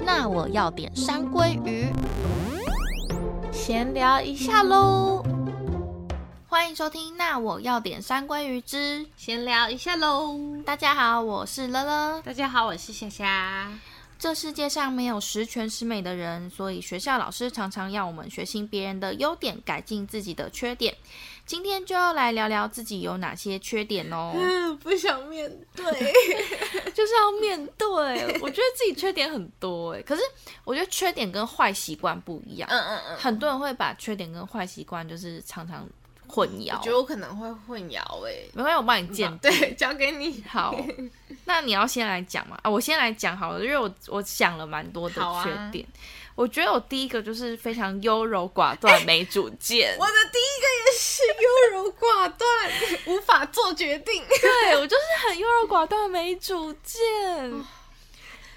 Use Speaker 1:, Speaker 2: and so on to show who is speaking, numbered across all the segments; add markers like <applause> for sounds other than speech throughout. Speaker 1: 那我要点山鲑鱼。
Speaker 2: 闲聊一下喽，
Speaker 1: 欢迎收听《那我要点山鲑鱼之
Speaker 2: 闲聊一下喽。》。
Speaker 1: 大家好，我是乐乐。
Speaker 2: 大家好，我是夏夏。
Speaker 1: 这世界上没有十全十美的人，所以学校老师常常要我们学习别人的优点，改进自己的缺点。今天就要来聊聊自己有哪些缺点哦，
Speaker 2: 嗯，不想面对。
Speaker 1: <laughs> 就是要面对。我觉得自己缺点很多 <laughs> 哎，可是我觉得缺点跟坏习惯不一样。
Speaker 2: 嗯嗯嗯，
Speaker 1: 很多人会把缺点跟坏习惯就是常常混淆
Speaker 2: 我。觉得我可能会混淆诶、
Speaker 1: 没关系，我帮你鉴定。
Speaker 2: 对，交给你。
Speaker 1: 嗯好， <laughs> 那你要先来讲嘛？啊，我先来讲好了，因为我我想了蛮多的
Speaker 2: 好啊
Speaker 1: 缺点。我觉得我第一个就是非常优柔寡断、没 <laughs> 主见。
Speaker 2: 我的第一个也是优柔寡断， <laughs> 无法做决定。
Speaker 1: 对我就是很优柔寡断、没主见。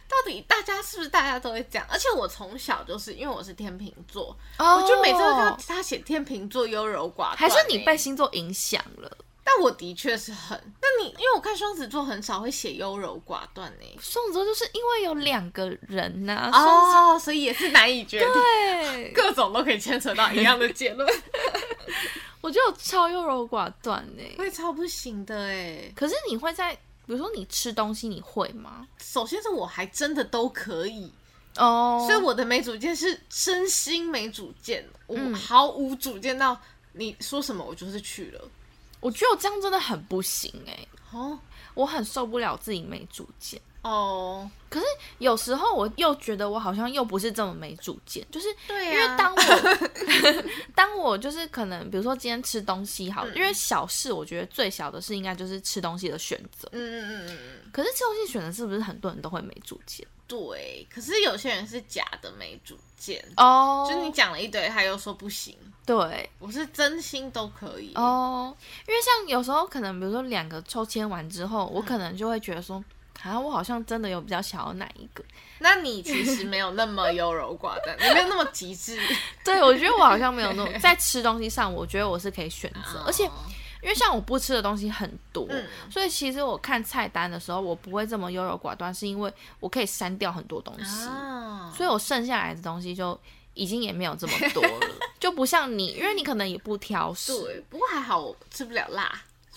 Speaker 2: 到底大家是不是大家都会这样？而且我从小就是因为我是天秤座，
Speaker 1: 哦
Speaker 2: 我就每次都看到他写天秤座优柔寡断、
Speaker 1: 还是你
Speaker 2: 欸
Speaker 1: 被星座影响了？
Speaker 2: 但我的确是很，那你因为我看双子座很少会写优柔寡断欸呢、
Speaker 1: 双子座就是因为有两个人呐、双子
Speaker 2: 哦，所以也是难以决定，
Speaker 1: <laughs> 对，
Speaker 2: 各种都可以牵扯到一样的结 <laughs> 论，
Speaker 1: 我觉得我超优柔寡断哎、 <laughs>
Speaker 2: 会超不行的哎。
Speaker 1: 可是你会在，比如说你吃东西，你会吗？
Speaker 2: 首先是我还真的都可以，
Speaker 1: 哦
Speaker 2: 所以我的没主见是身心没主见，我
Speaker 1: 嗯
Speaker 2: 毫无主见到你说什么我就是去了。
Speaker 1: 我觉得我这样真的很不行哎、
Speaker 2: 哦
Speaker 1: 我很受不了自己没主见。
Speaker 2: 哦，
Speaker 1: 可是有时候我又觉得我好像又不是这么没主见，就是
Speaker 2: 对
Speaker 1: 因
Speaker 2: 呀、
Speaker 1: 为当我、当我就是可能比如说今天吃东西好了，
Speaker 2: 嗯
Speaker 1: 因为小事我觉得最小的事应该就是吃东西的选择。
Speaker 2: 嗯嗯嗯嗯嗯，
Speaker 1: 可是吃东西选择是不是很多人都会没主见？
Speaker 2: 对。可是有些人是假的没主见，
Speaker 1: 哦
Speaker 2: 就你讲了一堆，他又说不行。
Speaker 1: 对
Speaker 2: 我是真心都可以。
Speaker 1: 哦，因为像有时候可能比如说两个抽签完之后，我可能就会觉得说，啊，我好像真的有比较想要哪一个。
Speaker 2: 那你其实没有那么优柔寡断，你没有那么极 <laughs> 致。
Speaker 1: 对，我觉得我好像没有那
Speaker 2: <laughs>
Speaker 1: 种在吃东西上，我觉得我是可以选择，而且
Speaker 2: 哦
Speaker 1: 因为像我不吃的东西很多，
Speaker 2: 嗯
Speaker 1: 所以其实我看菜单的时候，我不会这么优柔寡断，是因为我可以删掉很多东西，
Speaker 2: 啊，
Speaker 1: 所以我剩下来的东西就已经也没有这么多了，
Speaker 2: <laughs>
Speaker 1: 就不像你，因为你可能也不挑食。
Speaker 2: 对，不过还好我吃不了辣，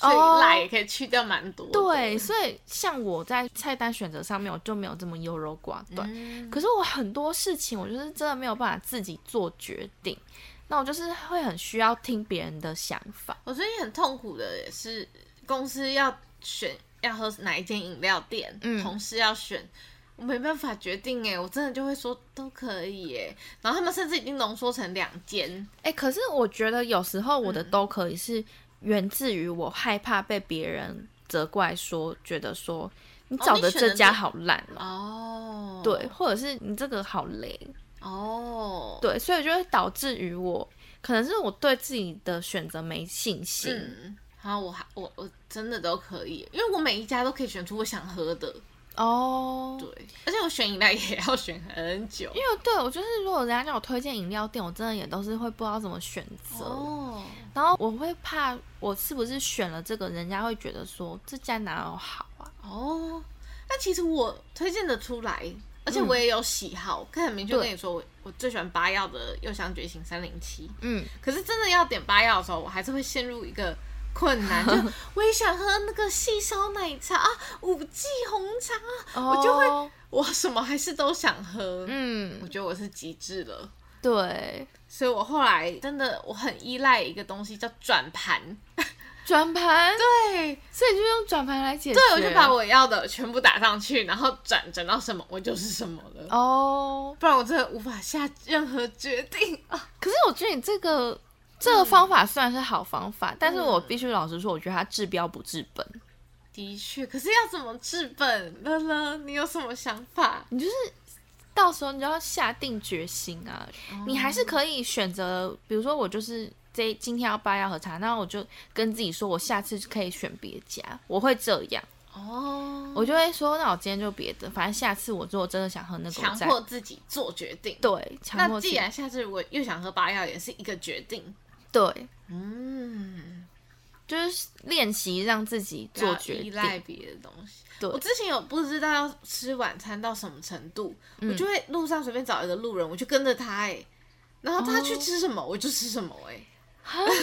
Speaker 1: 哦
Speaker 2: 所以辣也可以去掉蛮多的。
Speaker 1: 对，所以像我在菜单选择上面，我就没有这么优柔寡断。
Speaker 2: 嗯
Speaker 1: 可是我很多事情，我就是真的没有办法自己做决定，那我就是会很需要听别人的想法。
Speaker 2: 我最近很痛苦的也是公司要选要喝哪一间饮料店，
Speaker 1: 嗯
Speaker 2: 同事要选。我没办法决定哎，我真的就会说都可以哎，然后他们甚至已经浓缩成两间，
Speaker 1: 哎、可是我觉得有时候我的都可以是源自于我害怕被别人责怪说，觉得说哦你找的这家好烂哦，
Speaker 2: 哦，
Speaker 1: 对，，或者是你这个好雷，
Speaker 2: 哦，
Speaker 1: 对，所以就会导致于我可能是我对自己的选择没信心。
Speaker 2: 嗯，好，我还我我真的都可以，因为我每一家都可以选出我想喝的，
Speaker 1: 哦，
Speaker 2: 对，而且我选饮料也要选很久。
Speaker 1: 因为对我就是，如果人家叫我推荐饮料店，我真的也都是会不知道怎么选择，
Speaker 2: 哦，
Speaker 1: 然后我会怕我是不是选了这个，人家会觉得说这家哪有好啊？
Speaker 2: 哦，那其实我推荐的出来，而且
Speaker 1: 嗯
Speaker 2: 我也有喜好，可以很明确
Speaker 1: 对
Speaker 2: 跟你说，我我最喜欢八药的右香觉醒三零七。
Speaker 1: 嗯，
Speaker 2: 可是真的要点八药的时候，我还是会陷入一个困
Speaker 1: <laughs>
Speaker 2: 难，就我也想喝那个细烧奶茶啊，五 G 红茶啊，我就会
Speaker 1: 哦
Speaker 2: 我什么还是都想喝。我
Speaker 1: 嗯，
Speaker 2: 觉得我是极致了。
Speaker 1: 对。
Speaker 2: 所以我后来真的我很依赖一个东西叫转盘，
Speaker 1: 转盘，
Speaker 2: 对
Speaker 1: 所以就用转盘来解决。
Speaker 2: 对，我就把我要的全部打上去，然后转转到什么我就是什么了，
Speaker 1: 哦，
Speaker 2: 不然我真的无法下任何决定。 <laughs>
Speaker 1: 可是我觉得你这个这个方法虽然是好方法，
Speaker 2: 嗯
Speaker 1: 但是我必须老实说，我觉得它治标不治本。
Speaker 2: 的确，可是要怎么治本？乐乐，你有什么想法？
Speaker 1: 你就是到时候你就要下定决心啊，
Speaker 2: 哦
Speaker 1: 你还是可以选择，比如说我就是。这今天要八要喝茶，那我就跟自己说，我下次可以选别家，我会这样，
Speaker 2: 哦，
Speaker 1: 我就会说，那我今天就别的，反正下次我如果真的想喝那个，我
Speaker 2: 强
Speaker 1: 再
Speaker 2: 迫自己做决定。
Speaker 1: 对强
Speaker 2: 那
Speaker 1: 迫自
Speaker 2: 既
Speaker 1: 己
Speaker 2: 然下次我又想喝八药，也是一个决定。
Speaker 1: 对，
Speaker 2: 嗯，
Speaker 1: 就是练习让自己
Speaker 2: 不要
Speaker 1: 做决
Speaker 2: 依
Speaker 1: 定。
Speaker 2: 赖别的东西。
Speaker 1: 对
Speaker 2: 我之前有不知道要吃晚餐到什么程度，
Speaker 1: 嗯
Speaker 2: 我就会路上随便找一个路人，我就跟着他哎、然后他
Speaker 1: 哦
Speaker 2: 去吃什么、我就吃什么哎、
Speaker 1: 啊，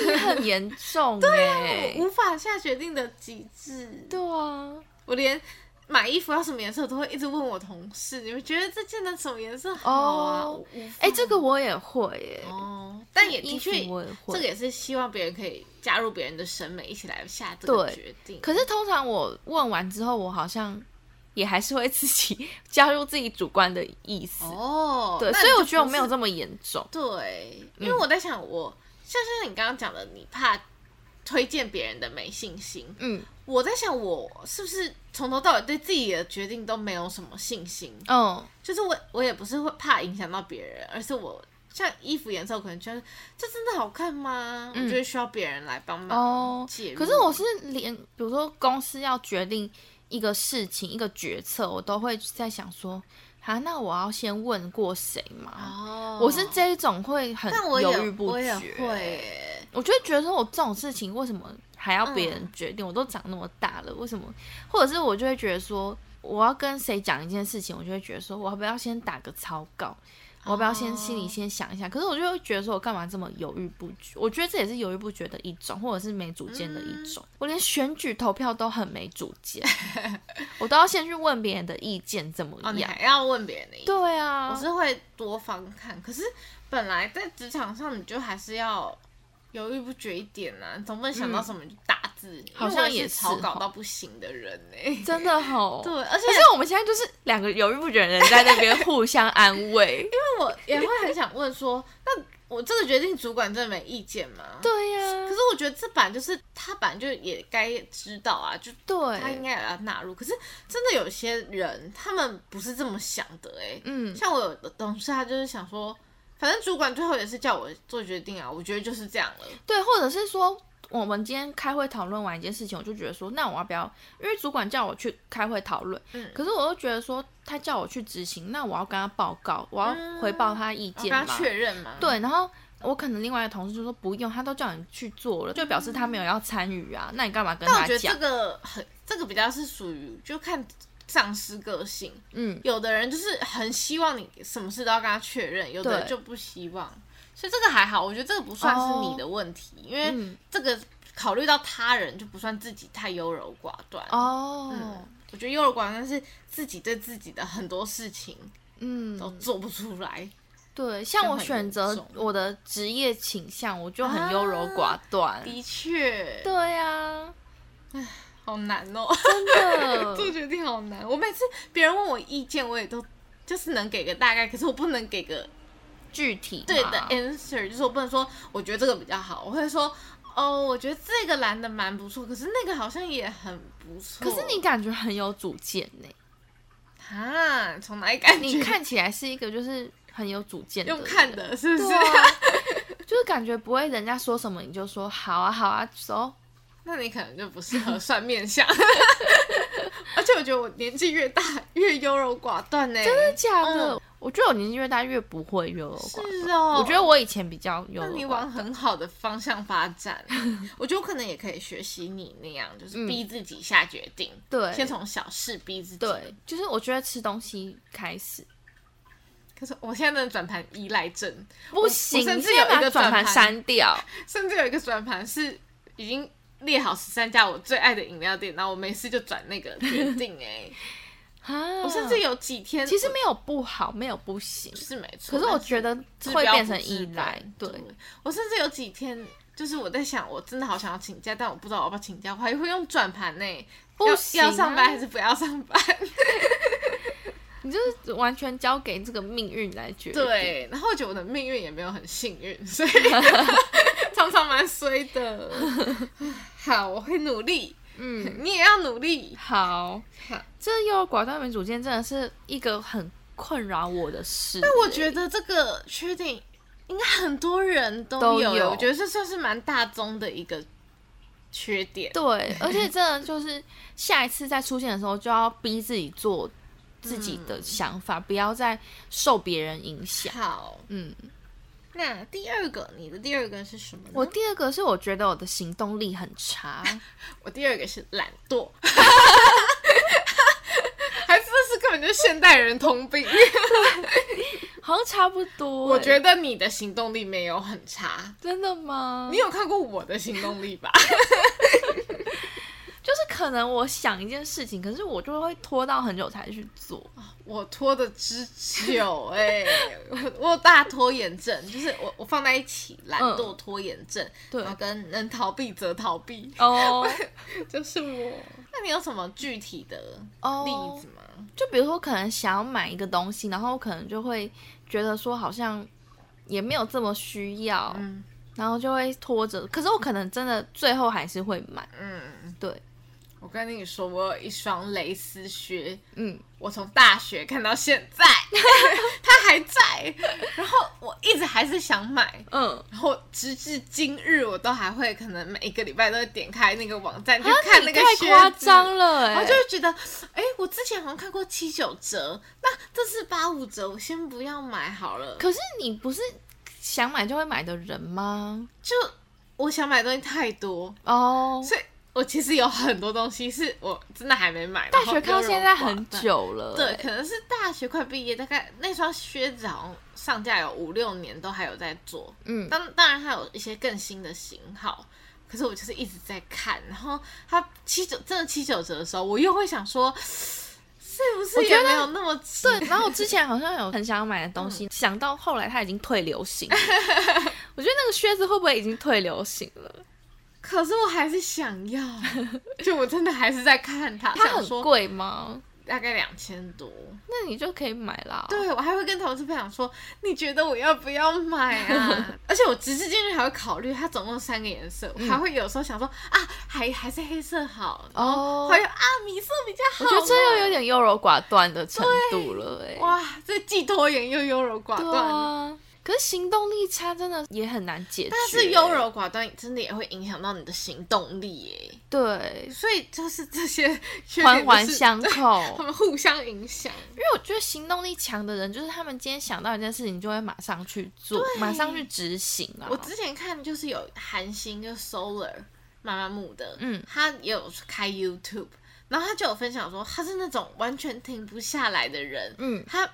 Speaker 1: 你
Speaker 2: <laughs>
Speaker 1: 很严重对
Speaker 2: 啊我无法下决定的极致。
Speaker 1: 对啊，
Speaker 2: 我连买衣服要什么颜色都会一直问我同事，你们觉得这件的什么颜色好啊？
Speaker 1: 哦
Speaker 2: 我无法
Speaker 1: 哎、这个我也会耶，
Speaker 2: 哦，但也的
Speaker 1: 衣服
Speaker 2: 确，
Speaker 1: 我也
Speaker 2: 这
Speaker 1: 会。
Speaker 2: 个也是希望别人可以加入别人的审美，一起来下这个
Speaker 1: 对
Speaker 2: 决定。
Speaker 1: 可是通常我问完之后，我好像也还是会自己 <laughs> 加入自己主观的意思。
Speaker 2: 哦，
Speaker 1: 对，
Speaker 2: 那
Speaker 1: 所以
Speaker 2: 你
Speaker 1: 我
Speaker 2: 就
Speaker 1: 觉得我
Speaker 2: 不
Speaker 1: 没有
Speaker 2: 是
Speaker 1: 这么严重。
Speaker 2: 对，因为我在想我，像是你刚刚讲的，你怕推荐别人的没信心，
Speaker 1: 嗯
Speaker 2: 我在想我是不是从头到尾对自己的决定都没有什么信心？
Speaker 1: 嗯，
Speaker 2: 就是我我也不是会怕影响到别人，而是我像衣服颜色，我可能觉得这真的好看吗？
Speaker 1: 嗯
Speaker 2: 我觉得需要别人来帮忙
Speaker 1: 哦
Speaker 2: 嗯介入。
Speaker 1: 可是我是连，比如说公司要决定一个事情、一个决策，我都会在想说，啊，那我要先问过谁吗？
Speaker 2: 哦，
Speaker 1: 我是，这一种会很
Speaker 2: 但我也
Speaker 1: 犹豫不
Speaker 2: 我也
Speaker 1: 决。
Speaker 2: 会欸。
Speaker 1: 我就会觉得说，我这种事情为什么还要别人决定？我都长那么大了，为什么？或者是我就会觉得说，我要跟谁讲一件事情，我就会觉得说，我要不要先打个草稿？我要不要先心里先想一下？可是我就会觉得说，我干嘛这么犹豫不决？我觉得这也是犹豫不决的一种，或者是没主见的一
Speaker 2: 嗯
Speaker 1: 种。我连选举投票都很没主见，我都要先去问别人的意见怎么
Speaker 2: 哦，你
Speaker 1: 样？
Speaker 2: 还要问别人的意见。
Speaker 1: 对
Speaker 2: 我
Speaker 1: 啊，
Speaker 2: 是会多方看，可是本来在职场上，你就还是要犹豫不决一点啊，你总不能想到什么就打字，因为
Speaker 1: 嗯好像
Speaker 2: 我
Speaker 1: 也
Speaker 2: 是
Speaker 1: 是
Speaker 2: 草稿
Speaker 1: 吼
Speaker 2: 到不行的人呢、
Speaker 1: <laughs> 真的好。
Speaker 2: 对，而且
Speaker 1: 可是我们现在就是两个犹豫不决的人在那边互相安慰。
Speaker 2: 我也会很想问说，那我这个决定主管真的没意见吗？。
Speaker 1: 对呀、
Speaker 2: 可是我觉得这版就是他版就也该知道啊，就他应
Speaker 1: 对，
Speaker 2: 该也要纳入。可是真的有些人他们不是这么想的哎、
Speaker 1: 嗯，
Speaker 2: 像我有的同事他就是想说，反正主管最后也是叫我做决定啊，我觉得就是这样了。
Speaker 1: 对，或者是说，我们今天开会讨论完一件事情，我就觉得说，那我要不要？因为主管叫我去开会讨论，
Speaker 2: 嗯
Speaker 1: 可是我又觉得说，他叫我去执行，那我要跟他报告，我要回报他意
Speaker 2: 嗯我跟
Speaker 1: 见
Speaker 2: 他
Speaker 1: 嘛。
Speaker 2: 确认吗？，
Speaker 1: 对，然后我可能另外一个同事就说不用，他都叫你去做了，就表示他没有要参与啊，那你干嘛跟
Speaker 2: 但我
Speaker 1: 他
Speaker 2: 嗯觉得这
Speaker 1: 讲？
Speaker 2: 个很，这个比较是属于就看上司个性，
Speaker 1: 嗯，
Speaker 2: 有的人就是很希望你什么事都要跟他确认，有的人
Speaker 1: 对
Speaker 2: 就不希望，所以这个还好，我觉得这个不算是你的问题，因为
Speaker 1: 哦嗯
Speaker 2: 这个考虑到他人就不算自己太优柔寡断。
Speaker 1: 哦，
Speaker 2: 嗯我觉得优柔寡断是自己对自己的很多事情
Speaker 1: 嗯，
Speaker 2: 都做不出来，
Speaker 1: 对，像我
Speaker 2: 很
Speaker 1: 选
Speaker 2: 严
Speaker 1: 择
Speaker 2: 重
Speaker 1: 我的职业倾向，我就很优柔寡
Speaker 2: 啊
Speaker 1: 断。
Speaker 2: 的确
Speaker 1: 对呀、
Speaker 2: 好难哦。
Speaker 1: 真的，
Speaker 2: 做决定好难。我每次别人问我意见，我也都就是能给个大概，可是我不能给个
Speaker 1: 具体
Speaker 2: 对
Speaker 1: 嘛
Speaker 2: 的 answer，就是我不能说我觉得这个比较好，我会说哦，我觉得这个蓝的蛮不错，可是那个好像也很不错。
Speaker 1: 可是你感觉很有主见呢、
Speaker 2: 啊，从哪里感觉？
Speaker 1: 你看起来是一个就是很有主见的，
Speaker 2: 用看，的是不是？
Speaker 1: 对啊，
Speaker 2: <laughs>
Speaker 1: 就是感觉不会人家说什么你就说好啊好啊走。
Speaker 2: 那你可能就不适合算面相。 <laughs> 而且我觉得我年纪越大越优柔寡断呢、
Speaker 1: 真的假的？
Speaker 2: 嗯
Speaker 1: 我觉得我年纪越大越不会优柔寡断。
Speaker 2: 是哦，
Speaker 1: 我觉得我以前比较优
Speaker 2: 那
Speaker 1: 柔
Speaker 2: 你
Speaker 1: 寡断。
Speaker 2: 往很好的方向发
Speaker 1: <laughs>
Speaker 2: 展，我觉得我可能也可以学习你那样，就是
Speaker 1: 嗯
Speaker 2: 逼自己下决定，
Speaker 1: 对
Speaker 2: 先从小事逼自己。
Speaker 1: 对，就是我觉得吃东西开始
Speaker 2: 可是我现在真的转盘依赖症，
Speaker 1: 不行，
Speaker 2: 甚
Speaker 1: 你
Speaker 2: 至
Speaker 1: 是要
Speaker 2: 有一
Speaker 1: 把
Speaker 2: 个转
Speaker 1: 转盘
Speaker 2: 盘
Speaker 1: 删掉。
Speaker 2: 甚至有一个转盘是已经列好十三家我最爱的饮料店，然后我没事就转那个决
Speaker 1: <laughs>
Speaker 2: 定、哎，
Speaker 1: 啊，
Speaker 2: 我甚至有几天
Speaker 1: 其实没有不好，没有不行，
Speaker 2: 是没错，
Speaker 1: 可是我
Speaker 2: 但
Speaker 1: 觉得
Speaker 2: 治
Speaker 1: 会
Speaker 2: 标
Speaker 1: 变
Speaker 2: 不
Speaker 1: 成
Speaker 2: 治
Speaker 1: 依赖
Speaker 2: 本。
Speaker 1: 对，
Speaker 2: 我甚至有几天。就是我在想，我真的好想要请假，但我不知道我要不要请假，我还会用转盘呢、
Speaker 1: 不
Speaker 2: 要
Speaker 1: 行
Speaker 2: 要上班
Speaker 1: 啊
Speaker 2: 还是不要上班？
Speaker 1: 你就是完全交给这个命运来决定。 <laughs>
Speaker 2: 对，然后我觉得我的命运也没有很幸运，所以 <laughs> 常常蛮衰的。好，我会努力，
Speaker 1: 嗯，
Speaker 2: 你也要努力。
Speaker 1: <laughs> 好
Speaker 2: 好，
Speaker 1: 这优柔寡断民主见真的是一个很困扰我的事。
Speaker 2: 但我
Speaker 1: 得
Speaker 2: 觉得这个缺点应该很多人都
Speaker 1: 都
Speaker 2: 有，
Speaker 1: 有
Speaker 2: 我觉得这算是蛮大宗的一个缺点。
Speaker 1: 对，而且真的就是下一次再出现的时候，就要逼自己做嗯自己的想法，不要再受别人影响。
Speaker 2: 好，
Speaker 1: 嗯，
Speaker 2: 那第二个，你的第二个是什么呢？
Speaker 1: <laughs> 我第二个是我觉得我的行动力很 <laughs> 差，
Speaker 2: 我第二个是懒惰， <laughs> 还真是根本就是现代人通 <laughs> 病。
Speaker 1: 好像差不多欸、
Speaker 2: 我觉得你的行动力没有很差，
Speaker 1: 真的吗？
Speaker 2: 你有看过我的行动力 <laughs> 吧？
Speaker 1: 就是可能我想一件事情，可是我就会拖到很久才去做。
Speaker 2: 我拖的之 <laughs> 久哎、我我有大拖延症，就是我我放在一起懒惰拖延症，
Speaker 1: 对
Speaker 2: 然后跟能逃避则逃避，
Speaker 1: 哦
Speaker 2: 就是我。那你有什么具体的
Speaker 1: <laughs> 哦
Speaker 2: 例子，吗？
Speaker 1: 就比如说可能想要买一个东西，然后我可能就会觉得说好像也没有这么需要，
Speaker 2: 嗯
Speaker 1: 然后就会拖着。可是我可能真的最后还是会买。
Speaker 2: 嗯，
Speaker 1: 对，
Speaker 2: 我跟你说，我有一双蕾丝靴，
Speaker 1: 嗯，
Speaker 2: 我从大学看到现在， <laughs> 它还在，然后我一直还是想买。
Speaker 1: 嗯，
Speaker 2: 然后直至今日，我都还会可能每一个礼拜都会点开那个网站去
Speaker 1: 啊
Speaker 2: 看
Speaker 1: 你
Speaker 2: 那个
Speaker 1: 太
Speaker 2: 靴
Speaker 1: 夸
Speaker 2: 子
Speaker 1: 张了、欸，
Speaker 2: 然后就会觉得，哎、我之前好像看过七九折，那这是八五折，我先不要买好了。
Speaker 1: 可是你不是想买就会买的人吗？
Speaker 2: 就我想买的东西太多，
Speaker 1: 哦、
Speaker 2: 所以我其实有很多东西是我真的还没买。
Speaker 1: 大
Speaker 2: 然后
Speaker 1: 学看到
Speaker 2: 优柔
Speaker 1: 现在
Speaker 2: 寡
Speaker 1: 很
Speaker 2: 断
Speaker 1: 久了、
Speaker 2: 对，
Speaker 1: 欸
Speaker 2: 可能是大学快毕业，大概那双靴子好像上架有五六年都还有在做。
Speaker 1: 嗯，
Speaker 2: 当当然还有一些更新的型号，可是我就是一直在看。然后它七九真的七九折的时候，我又会想说，是不
Speaker 1: 我
Speaker 2: 是
Speaker 1: 觉得
Speaker 2: 也没有那么值
Speaker 1: 对，然后我之前好像有很想要买的东西，
Speaker 2: 嗯
Speaker 1: 想到后来它已经退流行
Speaker 2: <laughs>
Speaker 1: 了我觉得那个靴子会不会已经退流行了？
Speaker 2: 可是我还是想
Speaker 1: <laughs>
Speaker 2: 要，就我真的还是在看它，
Speaker 1: 它
Speaker 2: 想
Speaker 1: 很
Speaker 2: 说
Speaker 1: 贵吗？
Speaker 2: 大概两千多。
Speaker 1: 那你就可以买啦。，
Speaker 2: 对，我还会跟同事分享说，你觉得我要不要买啊？ <laughs> 而且我直至今日还会考虑，它总共三个颜色，
Speaker 1: 嗯
Speaker 2: 我还会有时候想说啊，还还是黑色好，然后
Speaker 1: 哦
Speaker 2: 还有啊米色比较好啊
Speaker 1: 我
Speaker 2: 嘛。
Speaker 1: 觉得这又有点优柔寡断的程度了、欸，哎，
Speaker 2: 哇，这既拖延又优柔寡
Speaker 1: 对
Speaker 2: 断。
Speaker 1: 啊。可是行动力差真的也很难解决，欸
Speaker 2: 但是优柔寡断真的也会影响到你的行动力耶，
Speaker 1: 对
Speaker 2: 所以就是这些缺点
Speaker 1: 环环
Speaker 2: 就是
Speaker 1: 相扣，
Speaker 2: <laughs> 他们互相影响。
Speaker 1: 因为我觉得行动力强的人，就是他们今天想到一件事情，就会马上去做，马上去执行啊。
Speaker 2: 我之前看就是有韩星，就是 Solar 妈妈木的，
Speaker 1: 嗯
Speaker 2: 他也有开 YouTube，然后他就有分享说，他是那种完全停不下来的人，
Speaker 1: 嗯，
Speaker 2: 他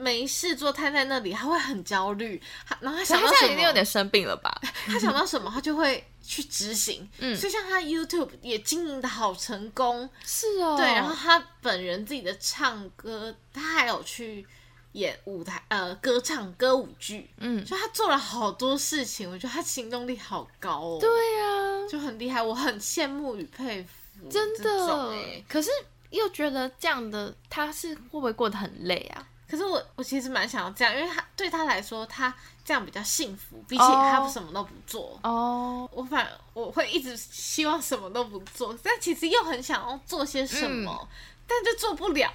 Speaker 2: 没事做瘫在那里，他会很焦虑，他然后他
Speaker 1: 可
Speaker 2: 想
Speaker 1: 是
Speaker 2: 到
Speaker 1: 他
Speaker 2: 什
Speaker 1: 现在
Speaker 2: 么，
Speaker 1: 一定有点生病了
Speaker 2: <laughs>
Speaker 1: 吧？
Speaker 2: 他想到什么，他就会去执行。
Speaker 1: 嗯
Speaker 2: 所以像他 YouTube 也经营的好成功，
Speaker 1: 是哦，
Speaker 2: 对，然后他本人自己的唱歌，他还有去演舞台呃歌唱歌舞剧，
Speaker 1: 嗯，
Speaker 2: 就他做了好多事情，我觉得他行动力好高哦，
Speaker 1: 对呀、啊，
Speaker 2: 就很厉害，我很羡慕与佩服
Speaker 1: 真
Speaker 2: 这种
Speaker 1: 的
Speaker 2: 欸。
Speaker 1: 可是又觉得这样的他是会不会过得很累啊？
Speaker 2: 可是我我其实蛮想要这样，因为他对他来说，他这样比较幸福，比起他
Speaker 1: 哦
Speaker 2: 什么都不做。
Speaker 1: 哦，
Speaker 2: 我反我会一直希望什么都不做，但其实又很想要做些什么，
Speaker 1: 嗯
Speaker 2: 但就做不了，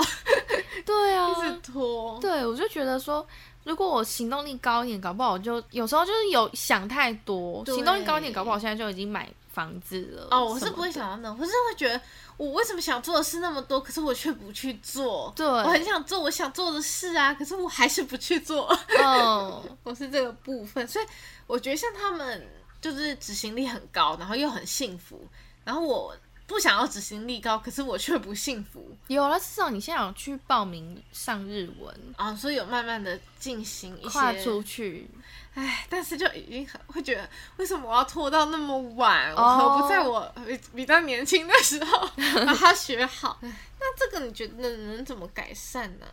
Speaker 1: 对啊
Speaker 2: 一，直拖。
Speaker 1: 对，我就觉得说，如果我行动力高一点，搞不好我就有时候就是有想太多，
Speaker 2: 对
Speaker 1: 行动力高一点，搞不好现在就已经买房子了。
Speaker 2: 哦，我是不会
Speaker 1: 什么的
Speaker 2: 想到那，我是会觉得我为什么想做的事那么多，可是我却不去做。
Speaker 1: 对
Speaker 2: 我很想做我想做的事啊，可是我还是不去做。 <laughs>
Speaker 1: 嗯，
Speaker 2: 我是这个部分，所以我觉得像他们就是执行力很高，然后又很幸福，然后我不想要执行力高，可是我却不幸福
Speaker 1: 有了，至少你现在有去报名上日文，
Speaker 2: 啊，所以有慢慢的进行一些
Speaker 1: 跨出去。
Speaker 2: 唉，但是就已经很会觉得，为什么我要拖到那么晚？我
Speaker 1: 哦
Speaker 2: 何不在我比比较年轻的时
Speaker 1: <laughs>
Speaker 2: 候把它学好？那这个你觉得能怎么改善呢、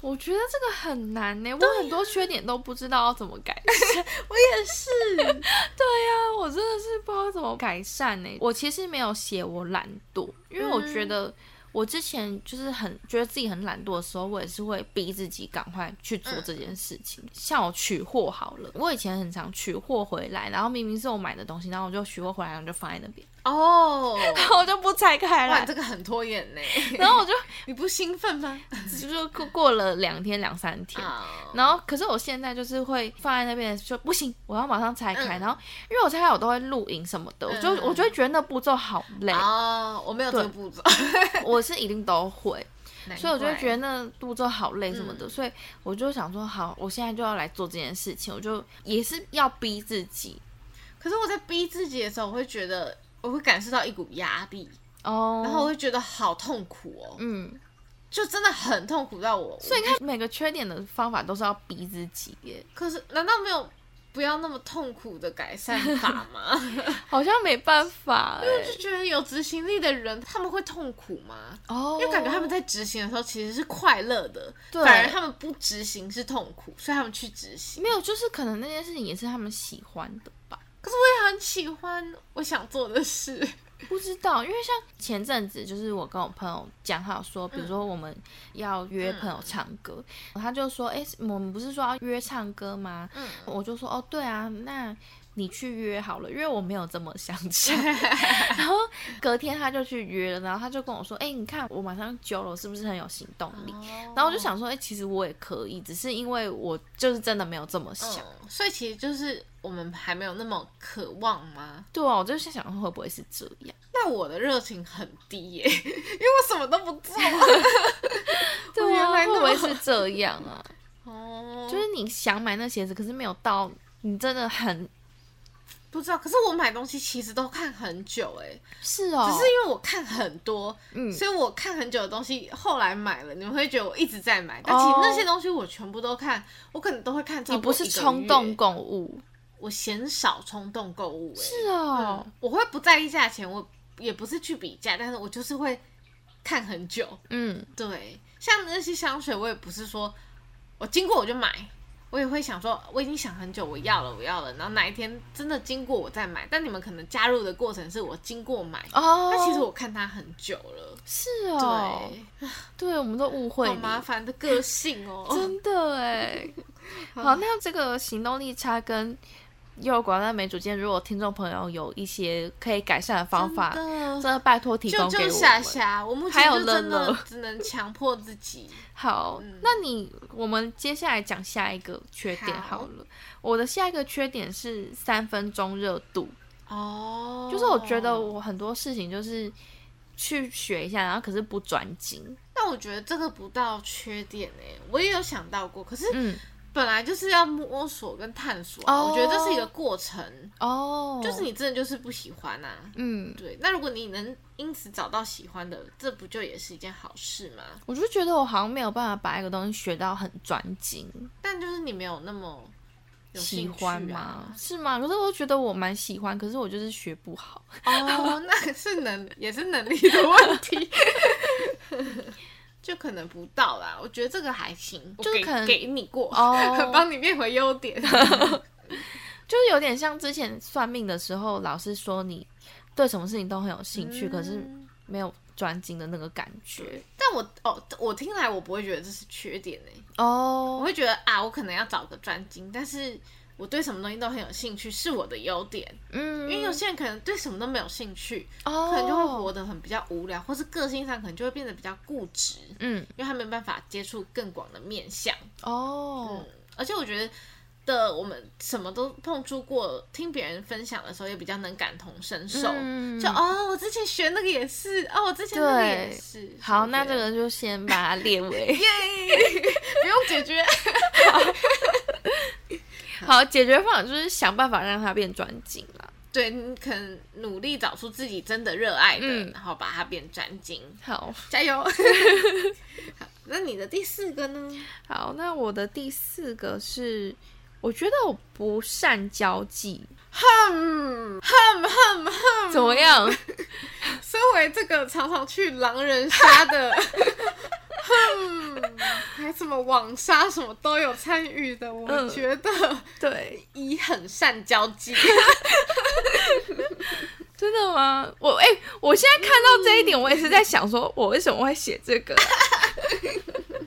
Speaker 1: 我觉得这个很难呢、我很多缺点都不知道要怎么改善。
Speaker 2: 我也是，
Speaker 1: 对呀、我真的是不知道怎么改善呢、我其实没有写我懒惰，因为我觉
Speaker 2: 嗯
Speaker 1: 得我之前就是很觉得自己很懒惰的时候，我也是会逼自己赶快去做
Speaker 2: 嗯
Speaker 1: 这件事情。像我取货好了，我以前很常取货回来，然后明明是我买的东西，然后我就取货回来，然后就放在那边， <laughs>
Speaker 2: 哦，
Speaker 1: 然后我就不拆开
Speaker 2: 哇，
Speaker 1: 来，
Speaker 2: 这个很拖延
Speaker 1: <laughs>
Speaker 2: 呢。
Speaker 1: 然后我就
Speaker 2: 你不兴奋吗？
Speaker 1: 就是过过了两天两三天，
Speaker 2: <laughs> 啊，
Speaker 1: 然后可是我现在就是会放在那边说不行，我要马上拆开。
Speaker 2: 嗯
Speaker 1: 然后因为我拆开我都会录影什么的，我就
Speaker 2: 嗯
Speaker 1: 我就会觉得那步骤好累，
Speaker 2: 哦，我没有这个步骤。
Speaker 1: 我是一定都会。
Speaker 2: <laughs> 难
Speaker 1: 所以我就会
Speaker 2: 怪
Speaker 1: 觉得那步骤好累什么的，所以我就想说，好，我现在就要来做这件事情，我就也是要逼自己
Speaker 2: 可是我在逼自己的时候，我会觉得我会感受到一股压力，
Speaker 1: 哦。
Speaker 2: 然后我会觉得好痛苦哦，
Speaker 1: 嗯，
Speaker 2: 就真的很痛苦到我。
Speaker 1: 所以你看每个缺点的方法都是要逼自己耶，
Speaker 2: 可是难道没有不要那么痛苦的改善法
Speaker 1: <laughs>
Speaker 2: 吗？
Speaker 1: 好像没办法
Speaker 2: 我就
Speaker 1: 哎。
Speaker 2: 觉得有执行力的人，他们会痛苦吗？
Speaker 1: <laughs> 哦，
Speaker 2: 因为感觉他们在执行的时候其实是快乐的，
Speaker 1: 对
Speaker 2: 反而他们不执行是痛苦，所以他们去执行。
Speaker 1: 没有，就是可能那件事情也是他们喜欢的吧。
Speaker 2: 可是我
Speaker 1: 啊
Speaker 2: 也很喜欢我想做的事，
Speaker 1: 不知道，因为像前阵子，就是我跟我朋友讲好说，比如
Speaker 2: 嗯
Speaker 1: 说我们要约朋友唱歌，他就说：“哎、我们不是说要约唱歌吗？”
Speaker 2: 嗯
Speaker 1: 我就说：“哦，对啊，那你去约好了，因为我没有这么想
Speaker 2: <laughs>
Speaker 1: 想。”然后隔天他就去约了，然后他就跟我说：“哎、你看我马上揪了，我是不是很有行动力？”
Speaker 2: 哦
Speaker 1: 然后我就想说：“哎、其实我也可以，只是因为我就是真的没有这么想。
Speaker 2: 嗯，所以其实就是我们还没有那么渴望吗？
Speaker 1: 对啊，我就是想说会不会是这样？
Speaker 2: 那我的热情很低耶、 <laughs> 因为我什么都不做。啊我原来
Speaker 1: 会
Speaker 2: 那
Speaker 1: 不会
Speaker 2: 么
Speaker 1: 是这样啊？
Speaker 2: <laughs> 哦，
Speaker 1: 就是你想买那鞋子，可是没有到，你真的很
Speaker 2: 不知道。可是我买东西其实都看很久哎、
Speaker 1: 是哦，
Speaker 2: 只是因为我看很多，
Speaker 1: 嗯
Speaker 2: 所以我看很久的东西后来买了，你们会觉得我一直在买，但其实那些东西我全部都看，我可能都会看超
Speaker 1: 哦你不
Speaker 2: 过
Speaker 1: 是
Speaker 2: 一个
Speaker 1: 冲动
Speaker 2: 月，
Speaker 1: 购物，
Speaker 2: 我嫌少冲动购物哎、
Speaker 1: 是哦，
Speaker 2: 嗯我会不在意价钱，我也不是去比价，但是我就是会看很久。
Speaker 1: 嗯，
Speaker 2: 对，像那些香水，我也不是说我经过我就买，我也会想说我已经想很久，我要了，我要了，然后哪一天真的经过我再买。但你们可能加入的过程是我经过买，
Speaker 1: 哦，
Speaker 2: 但其实我看它很久了。
Speaker 1: 是哦，
Speaker 2: 对，
Speaker 1: 对，我们都误会
Speaker 2: 好
Speaker 1: 你，
Speaker 2: 麻烦的个性哦。
Speaker 1: <laughs> 真的哎。好，那这个行动力差跟优柔寡断没主见，如果听众朋友有一些可以改善的方法，
Speaker 2: 真
Speaker 1: 真
Speaker 2: 的
Speaker 1: 的拜托提
Speaker 2: 就
Speaker 1: 供给我
Speaker 2: 就
Speaker 1: 们。
Speaker 2: 霞霞，我目
Speaker 1: 还
Speaker 2: 前
Speaker 1: 有
Speaker 2: 就真
Speaker 1: 乐
Speaker 2: 的
Speaker 1: 乐
Speaker 2: 只能强迫自
Speaker 1: <laughs>
Speaker 2: 己。
Speaker 1: 好，那你我们接下来讲下一个缺点
Speaker 2: 好
Speaker 1: 好了。我的下一个缺点是三分钟热度，
Speaker 2: 哦，
Speaker 1: 就是我觉得我很多事情就是去学一下，然后可是不专精。
Speaker 2: 但我觉得这个不到缺点哎、我也有想到过，可是
Speaker 1: 嗯，
Speaker 2: 本来就是要摸索跟探索啊、
Speaker 1: 哦
Speaker 2: 我觉得这是一个过程，
Speaker 1: 哦，
Speaker 2: 就是，你真的就是不喜欢啊。
Speaker 1: 嗯，
Speaker 2: 对，那如果你能因此找到喜欢的，这不就也是一件好事吗？
Speaker 1: 我就觉得我好像没有办法把一个东西学到很专精，
Speaker 2: 但就是你没有那么有
Speaker 1: 喜
Speaker 2: 兴趣
Speaker 1: 欢吗
Speaker 2: 啊？？
Speaker 1: 是吗？可是我觉得我蛮喜欢，可是我就是学不好。
Speaker 2: 哦，那是能 <laughs> 也是能力的问题， <laughs> 就可能不到啦。我觉得这个还行，我
Speaker 1: 就是
Speaker 2: 给
Speaker 1: 可能
Speaker 2: 给你过，
Speaker 1: <laughs> 哦
Speaker 2: <laughs> 帮你变回
Speaker 1: <laughs>
Speaker 2: 优点。
Speaker 1: 就是有点像之前算命的时候，老师说你对什么事情都很有兴趣，可是
Speaker 2: 嗯
Speaker 1: 没有专精的那个感觉。
Speaker 2: 但我哦，我听来我不会觉得这是缺点欸呢、我
Speaker 1: 哦，
Speaker 2: 会觉得啊，我可能要找个专精，但是我对什么东西都很有兴趣，是我的优点。
Speaker 1: 嗯，
Speaker 2: 因为有些人可能对什么都没有兴趣，
Speaker 1: 哦，
Speaker 2: 可能就会活得很比较无聊，或是个性上可能就会变得比较固执，
Speaker 1: 嗯，
Speaker 2: 因为他没办法接触更广的面相。
Speaker 1: 哦
Speaker 2: 嗯，，而且我觉得。的我们什么都碰触过，听别人分享的时候也比较能感同身受，
Speaker 1: 嗯
Speaker 2: 就哦，我之前学那个也是，哦，我之前那个也
Speaker 1: 对
Speaker 2: 是。
Speaker 1: 好，
Speaker 2: 什么
Speaker 1: 那
Speaker 2: 之
Speaker 1: 这
Speaker 2: 类的
Speaker 1: 个就先把它列 <laughs> 为
Speaker 2: <laughs> 不用解决，
Speaker 1: 好解决方法，就是想办法让它变专精啦。
Speaker 2: 对你可能努力找出自己真的热爱的，
Speaker 1: 嗯
Speaker 2: 然后把它变专精，
Speaker 1: 好
Speaker 2: 加 <laughs> 油！好，那你的第四个呢？
Speaker 1: 好，那我的第四个是，我觉得我不善交际，
Speaker 2: 哼哼哼哼！
Speaker 1: 怎么样？
Speaker 2: 身为这个常常去狼人杀 <laughs> 的，哼，还什么网杀什么都有参与的，我
Speaker 1: 嗯
Speaker 2: 觉得
Speaker 1: <laughs> 对，
Speaker 2: 以很善交 <laughs> 际。
Speaker 1: <laughs> 真的吗？我哎、我现在看到这一点，我也是在想，说我为什么会写这个、啊？ <laughs>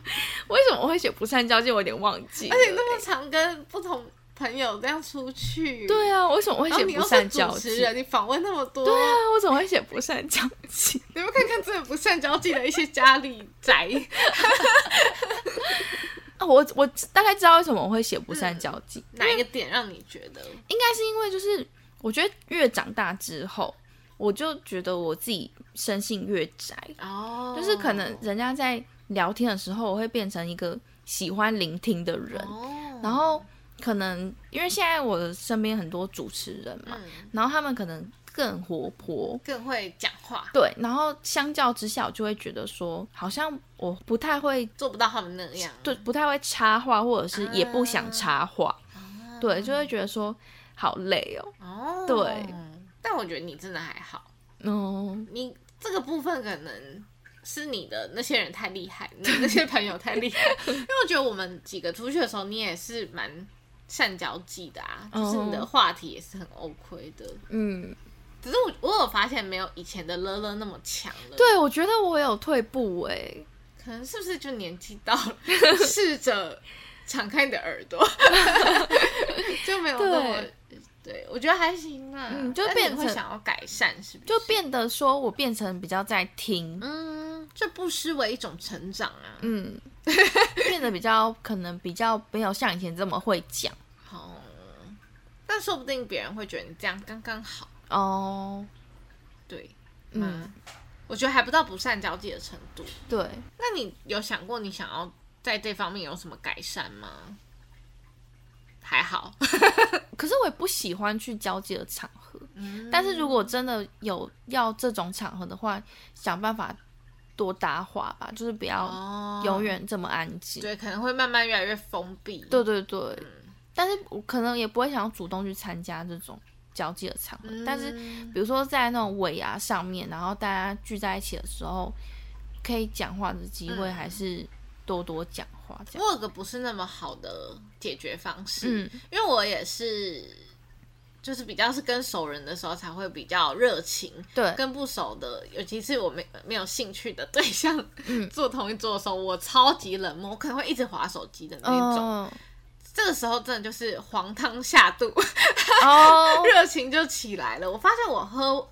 Speaker 1: 为什么我会写不善交际？我有点忘记了。
Speaker 2: 而且那么常跟不同朋友这样出去，，
Speaker 1: 对啊，我为什么会
Speaker 2: 然后
Speaker 1: 写
Speaker 2: 你
Speaker 1: 不
Speaker 2: 又
Speaker 1: 善
Speaker 2: 是
Speaker 1: 交
Speaker 2: 主持
Speaker 1: 际？
Speaker 2: 人，你访问那么多，
Speaker 1: 对啊，我怎么会写不善交际？
Speaker 2: 你们看看这不善交际的一些家里宅，
Speaker 1: <laughs> 啊，我我大概知道为什么我会写不善交际，
Speaker 2: 哪一个点让你觉得？
Speaker 1: 应该是因为就是我觉得越长大之后，我就觉得我自己生性越宅，
Speaker 2: 哦
Speaker 1: 就是可能人家在聊天的时候，我会变成一个喜欢聆听的人，
Speaker 2: 哦，
Speaker 1: 然后可能因为现在我的身边很多主持人嘛，
Speaker 2: 嗯，
Speaker 1: 然后他们可能更活泼，
Speaker 2: 更会讲话，
Speaker 1: 对，然后相较之下，我就会觉得说，好像我不太会，
Speaker 2: 做不到他们那样，
Speaker 1: 对，不太会插话，或者是也不想插话，
Speaker 2: 啊，
Speaker 1: 对，就会觉得说好累哦，
Speaker 2: 哦，
Speaker 1: 对，
Speaker 2: 但我觉得你真的还好，
Speaker 1: 嗯，
Speaker 2: 你这个部分可能。是你的那些人太厉害， <laughs> 你的那些朋友太厉害，因为我觉得我们几个出去的时候，你也是蛮善交际的啊，就是你的
Speaker 1: 哦
Speaker 2: 话题也是很 OK 的。
Speaker 1: 嗯，
Speaker 2: 只是我我有发现没有以前的乐乐那么强了，，
Speaker 1: 对，我觉得我有退步哎、
Speaker 2: 可能是不是就年纪到了，试着敞开你的耳 <laughs> 朵，就没有那么
Speaker 1: 对。
Speaker 2: 对，我觉得还行啦，
Speaker 1: 嗯就
Speaker 2: 但
Speaker 1: 变
Speaker 2: 你会
Speaker 1: 成
Speaker 2: 想要改善，是不是？
Speaker 1: 就变得说我变成比较在听，
Speaker 2: 嗯，这不失为一种成长啊。
Speaker 1: 嗯，变得比较可能比较没有像以前这么会讲
Speaker 2: 好，但说不定别人会觉得你这样刚刚好。
Speaker 1: 哦，
Speaker 2: 对，
Speaker 1: 嗯
Speaker 2: 嗯，我觉得还不到不善交际的程度。
Speaker 1: 对，
Speaker 2: 那你有想过你想要在这方面有什么改善吗？还好，
Speaker 1: 可是我也不喜欢去交际的场合。
Speaker 2: 嗯
Speaker 1: 但是如果真的有要这种场合的话，想办法多搭话吧，就是不要
Speaker 2: 哦
Speaker 1: 永远这么安静。
Speaker 2: 对，可能会慢慢越来越封闭。
Speaker 1: 对对对，但是我可能也不会想要主动去参加这种交际的场合。
Speaker 2: 嗯，
Speaker 1: 但是比如说在那种尾牙上面，然后大家聚在一起的时候，可以讲话的机会
Speaker 2: 嗯
Speaker 1: 还是多多讲话这样。
Speaker 2: 我有个不是那么好的解决方式，
Speaker 1: 嗯
Speaker 2: 因为我也是，就是比较是跟熟人的时候才会比较热情，
Speaker 1: 对，
Speaker 2: 跟不熟的，尤其是我没没有兴趣的对象，
Speaker 1: 嗯
Speaker 2: 坐同一桌的时候，我超级冷漠，我可能会一直划手机的那一种。
Speaker 1: 哦
Speaker 2: 这个时候真的就是黄汤下肚，
Speaker 1: 哦，
Speaker 2: <laughs> 热情就起来了。我发现我喝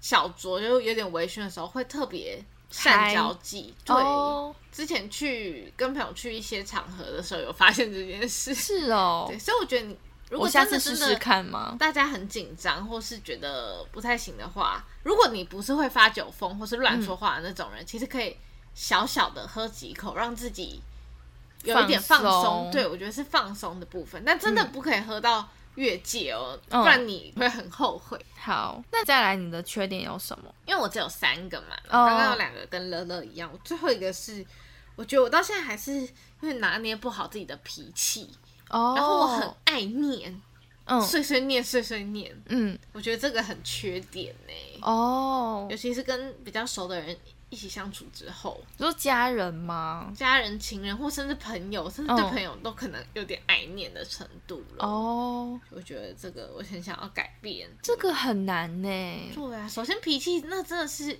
Speaker 2: 小酌就有点微醺的时候，会特别善
Speaker 1: 嗨
Speaker 2: 交际。对，
Speaker 1: 哦
Speaker 2: 之前去跟朋友去一些场合的时候，有发现这件
Speaker 1: <laughs>
Speaker 2: 事。
Speaker 1: 是哦
Speaker 2: 对，，所以我觉得你如
Speaker 1: 我
Speaker 2: 果
Speaker 1: 下
Speaker 2: 真
Speaker 1: 次
Speaker 2: 的
Speaker 1: 试
Speaker 2: 真
Speaker 1: 试
Speaker 2: 的
Speaker 1: 看嘛。
Speaker 2: 大家很紧张或是觉得不太行的话，如果你不是会发酒疯或是乱说话的那种人，其实可以小小的喝几口，让自己有一点放
Speaker 1: 放松
Speaker 2: 松。对，我觉得是放松的部分，但真的不可以喝到越界哦，
Speaker 1: 嗯
Speaker 2: 不然你会很后悔。
Speaker 1: 好，那再来你的缺点有什么？
Speaker 2: 因为我只有三个嘛，
Speaker 1: 哦
Speaker 2: 刚刚有两个跟乐乐一样，我最后一个是，我觉得我到现在还是因为拿捏不好自己的脾气，
Speaker 1: 哦，
Speaker 2: 然后我很爱念，
Speaker 1: 嗯
Speaker 2: 碎碎念，碎碎念，
Speaker 1: 嗯
Speaker 2: 我觉得这个很缺点呢、
Speaker 1: 哦
Speaker 2: 尤，其是跟比较熟的人一起相处之后，
Speaker 1: 你说家人吗？
Speaker 2: 家人、情人或甚至朋友，甚至对
Speaker 1: 嗯
Speaker 2: 朋友都可能有点爱念的程度了。，
Speaker 1: 哦，
Speaker 2: 我觉得这个我很想要改变。
Speaker 1: 这个很难呢，
Speaker 2: 对啊，首先脾气那真的是，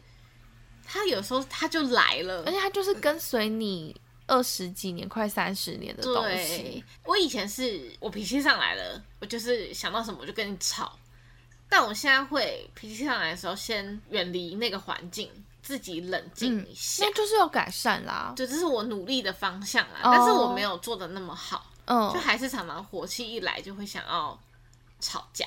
Speaker 2: 他有时候他就来了，
Speaker 1: 而且它就是跟随你二十几年、快三十年的东
Speaker 2: 对
Speaker 1: 西。，
Speaker 2: 我以前是我脾气上来了，我就是想到什么我就跟你吵，但我现在会脾气上来的时候，先远离那个环境，自己冷静一
Speaker 1: 嗯
Speaker 2: 下。
Speaker 1: 那就是要改善啦。
Speaker 2: 对，这是我努力的方向啦，
Speaker 1: 哦
Speaker 2: 但是我没有做的那么好，
Speaker 1: 嗯
Speaker 2: 就，还是常常火气一来就会想要吵
Speaker 1: <laughs>
Speaker 2: 架。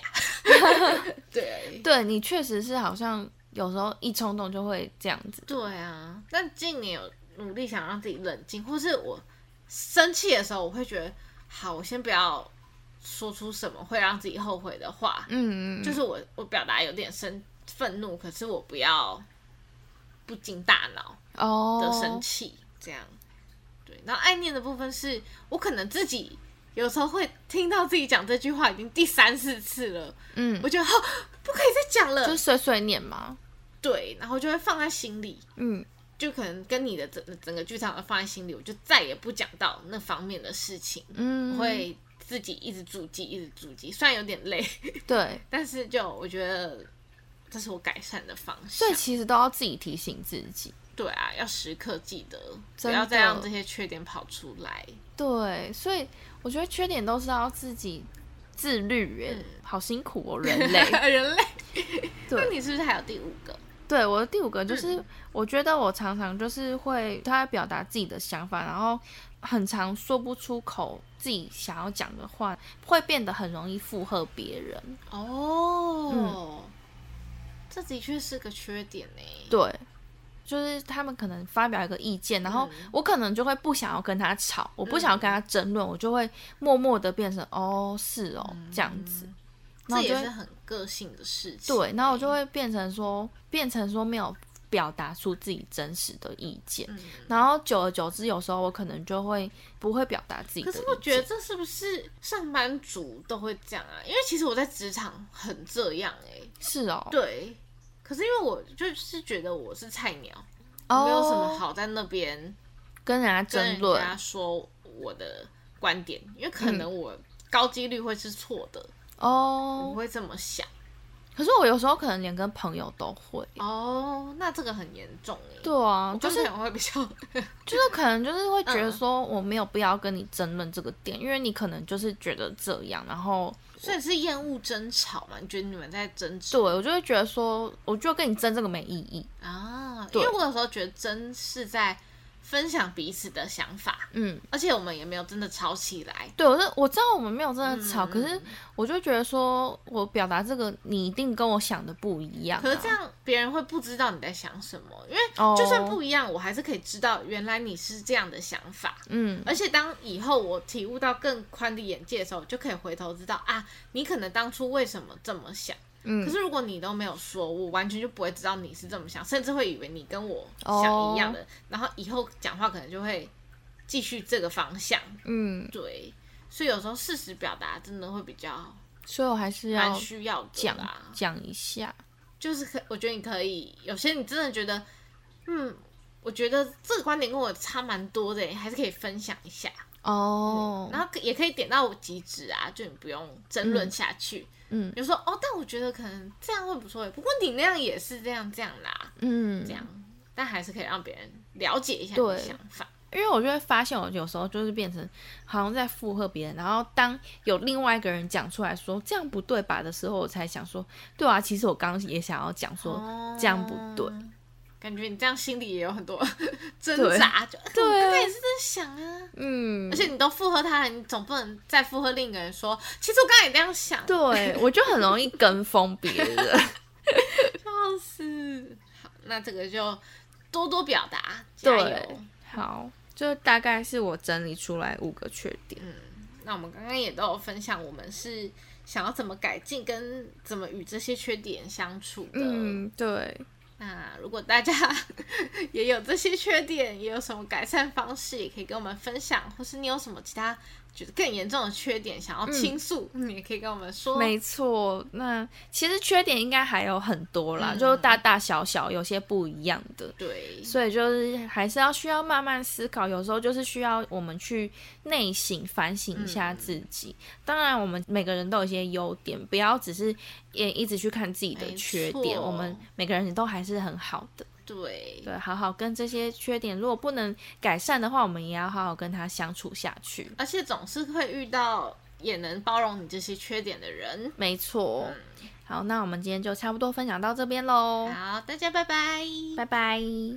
Speaker 2: <laughs> 对
Speaker 1: 对你确实是好像有时候一冲动就会这样子。
Speaker 2: 对啊，但近年有努力想让自己冷静，或是我生气的时候，我会觉得好，我先不要说出什么会让自己后悔的话，
Speaker 1: 嗯，嗯
Speaker 2: 就是我我表达有点生愤怒，可是我不要不经大脑
Speaker 1: 哦
Speaker 2: 的生气、这样。对，然后爱念的部分是我可能自己有时候会听到自己讲这句话已经第三四次了，
Speaker 1: 嗯
Speaker 2: 我，觉得、哦、不可以再讲了，
Speaker 1: 就是碎碎念嘛。
Speaker 2: 对，然后就会放在心里，
Speaker 1: 嗯，
Speaker 2: 就可能跟你的整整个剧场放在心里，我就再也不讲到那方面的事情，
Speaker 1: 嗯，
Speaker 2: 会自己一直筑记，一直筑记，虽然有点累， <laughs>
Speaker 1: 对，
Speaker 2: 但是就我觉得这是我改善的方
Speaker 1: 所
Speaker 2: 向
Speaker 1: 以。其实都要自己提醒自己。
Speaker 2: 对啊，要时刻记得，不
Speaker 1: 真的
Speaker 2: 要再让这些缺点跑出来。
Speaker 1: 对，所以我觉得缺点都是要自己自律耶，
Speaker 2: 嗯
Speaker 1: 好辛苦
Speaker 2: <laughs>
Speaker 1: 哦，人类。
Speaker 2: 人类。那
Speaker 1: 对，
Speaker 2: 你是不是还有第五个？
Speaker 1: 对，我的第五个就是，
Speaker 2: 嗯
Speaker 1: 我觉得我常常就是会他在表达自己的想法，然后很常说不出口自己想要讲的话，会变得很容易附和别人。
Speaker 2: 哦，这的确是个缺点呢。
Speaker 1: 对，就是他们可能发表一个意见，然后
Speaker 2: 嗯
Speaker 1: 我可能就会不想要跟他吵，我不想要跟他争论，我就会默默的变成哦是哦这样子，然后
Speaker 2: 嗯这
Speaker 1: 我就
Speaker 2: 也
Speaker 1: 会
Speaker 2: 是很个性的事情。
Speaker 1: 对，然后我就会变成说变成说没有表达出自己真实的意见，
Speaker 2: 嗯，
Speaker 1: 然后久而久之，有时候我可能就会不会表达自己的
Speaker 2: 可
Speaker 1: 意见。
Speaker 2: 是我觉得这是不是上班族都会这样啊？因为其实我在职场很这样哎、
Speaker 1: 是哦，
Speaker 2: 对。可是因为我就是觉得我是菜鸟，
Speaker 1: 哦
Speaker 2: 没有什么好在那边
Speaker 1: 跟人家
Speaker 2: 跟
Speaker 1: 争
Speaker 2: 人
Speaker 1: 论，嗯
Speaker 2: 家说我的观点，因为可能我高几率会是错的，我
Speaker 1: 哦。
Speaker 2: 会这么想。
Speaker 1: 可是我有时候可能连跟朋友都会。
Speaker 2: 哦，那这个很严重哎、
Speaker 1: 嗯对啊，
Speaker 2: 我
Speaker 1: 就
Speaker 2: 跟
Speaker 1: 是
Speaker 2: 朋友会比较
Speaker 1: <laughs> 就是可能就是会觉得
Speaker 2: 嗯
Speaker 1: 说我没有必要跟你争论这个点，因为你可能就是觉得这样，然后
Speaker 2: 所以是厌恶争吵嘛？你觉得你们在争
Speaker 1: 对
Speaker 2: 执
Speaker 1: 我就会觉得说，我就跟你争这个没意义。
Speaker 2: 啊？因
Speaker 1: 对
Speaker 2: 为我有时候觉得争是在分享彼此的想法，
Speaker 1: 嗯，
Speaker 2: 而且我们也没有真的吵起来。
Speaker 1: 对，啊我是我知道我们没有真的吵，
Speaker 2: 嗯
Speaker 1: 可是我就觉得说我表达这个，你一定跟我想的不一样、啊。
Speaker 2: 可是这样别人会不知道你在想什么，因为
Speaker 1: 哦，
Speaker 2: 就算不一样，我还是可以知道原来你是这样的想法。
Speaker 1: 嗯，
Speaker 2: 而且当以后我体悟到更宽的眼界的时候，我就可以回头知道啊，你可能当初为什么这么想。
Speaker 1: 嗯
Speaker 2: 可是如果你都没有说，我完全就不会知道你是这么想，甚至会以为你跟我想一样的，
Speaker 1: 哦
Speaker 2: 然后以后讲话可能就会继续这个方向。
Speaker 1: 嗯，
Speaker 2: 对，所以有时候事实表达真的会比较
Speaker 1: 所以我还是
Speaker 2: 蛮
Speaker 1: 要
Speaker 2: 需要的
Speaker 1: 讲
Speaker 2: 啦。
Speaker 1: 讲一下。
Speaker 2: 就是可，我觉得你可以，有些你真的觉得，嗯，我觉得这个观点跟我差蛮多的，欸还是可以分享一下。
Speaker 1: 哦，
Speaker 2: 然后可也可以点到极致啊，就你不用争论下去。
Speaker 1: 嗯
Speaker 2: 比如说哦，但我觉得可能这样会不错耶，欸不过你那样也是这样这样啦，
Speaker 1: 嗯，
Speaker 2: 这样，但还是可以让别人了解一下你
Speaker 1: 对
Speaker 2: 的想法。
Speaker 1: 因为我就会发现，我有时候就是变成好像在附和别人，然后当有另外一个人讲出来说这样不对吧的时候，我才想说，对啊，其实我刚刚也想要讲说、
Speaker 2: 哦
Speaker 1: 这样不对，
Speaker 2: 感觉你这样心里也有很多 <laughs> 挣扎，就
Speaker 1: <laughs> 对啊
Speaker 2: 我刚才也是在想啊。
Speaker 1: 嗯
Speaker 2: 而，且你都附和他了，你总不能再附和另一个人说，其实我刚才也这样想。，
Speaker 1: 对，我就很容易跟风别人。
Speaker 2: 笑死。好，那这个就多多表达， <laughs> 加
Speaker 1: 对
Speaker 2: 油。，
Speaker 1: 好，就大概是我整理出来五个缺点。
Speaker 2: 那我们刚刚也都有分享，我们是想要怎么改进，跟怎么与这些缺点相处的。
Speaker 1: 嗯，对，
Speaker 2: 那如果大家 <laughs> 也有这些缺点，也有什么改善方式，也可以跟我们分享，或是你有什么其他觉得更严重的缺点想要倾诉，你也可以跟我们说。
Speaker 1: 嗯没错。那其实缺点应该还有很多啦，
Speaker 2: 嗯
Speaker 1: 就大大小小有些不一样的。
Speaker 2: 对，
Speaker 1: 所以就是还是要需要慢慢思考，有时候就是需要我们去内省反省一
Speaker 2: 嗯
Speaker 1: 下自己。当然，我们每个人都有一些优点，不要只是也一直去看自己的
Speaker 2: 没
Speaker 1: 缺点。
Speaker 2: 错
Speaker 1: 我们每个人都还是很好的，
Speaker 2: 对，
Speaker 1: 对，好好跟这些缺点，如果不能改善的话，我们也要好好跟他相处下去。
Speaker 2: 而且总是会遇到也能包容你这些缺点的人。
Speaker 1: 没错，
Speaker 2: 嗯
Speaker 1: 好，那我们今天就差不多分享到这边喽，
Speaker 2: 好，大家拜拜。
Speaker 1: 拜拜。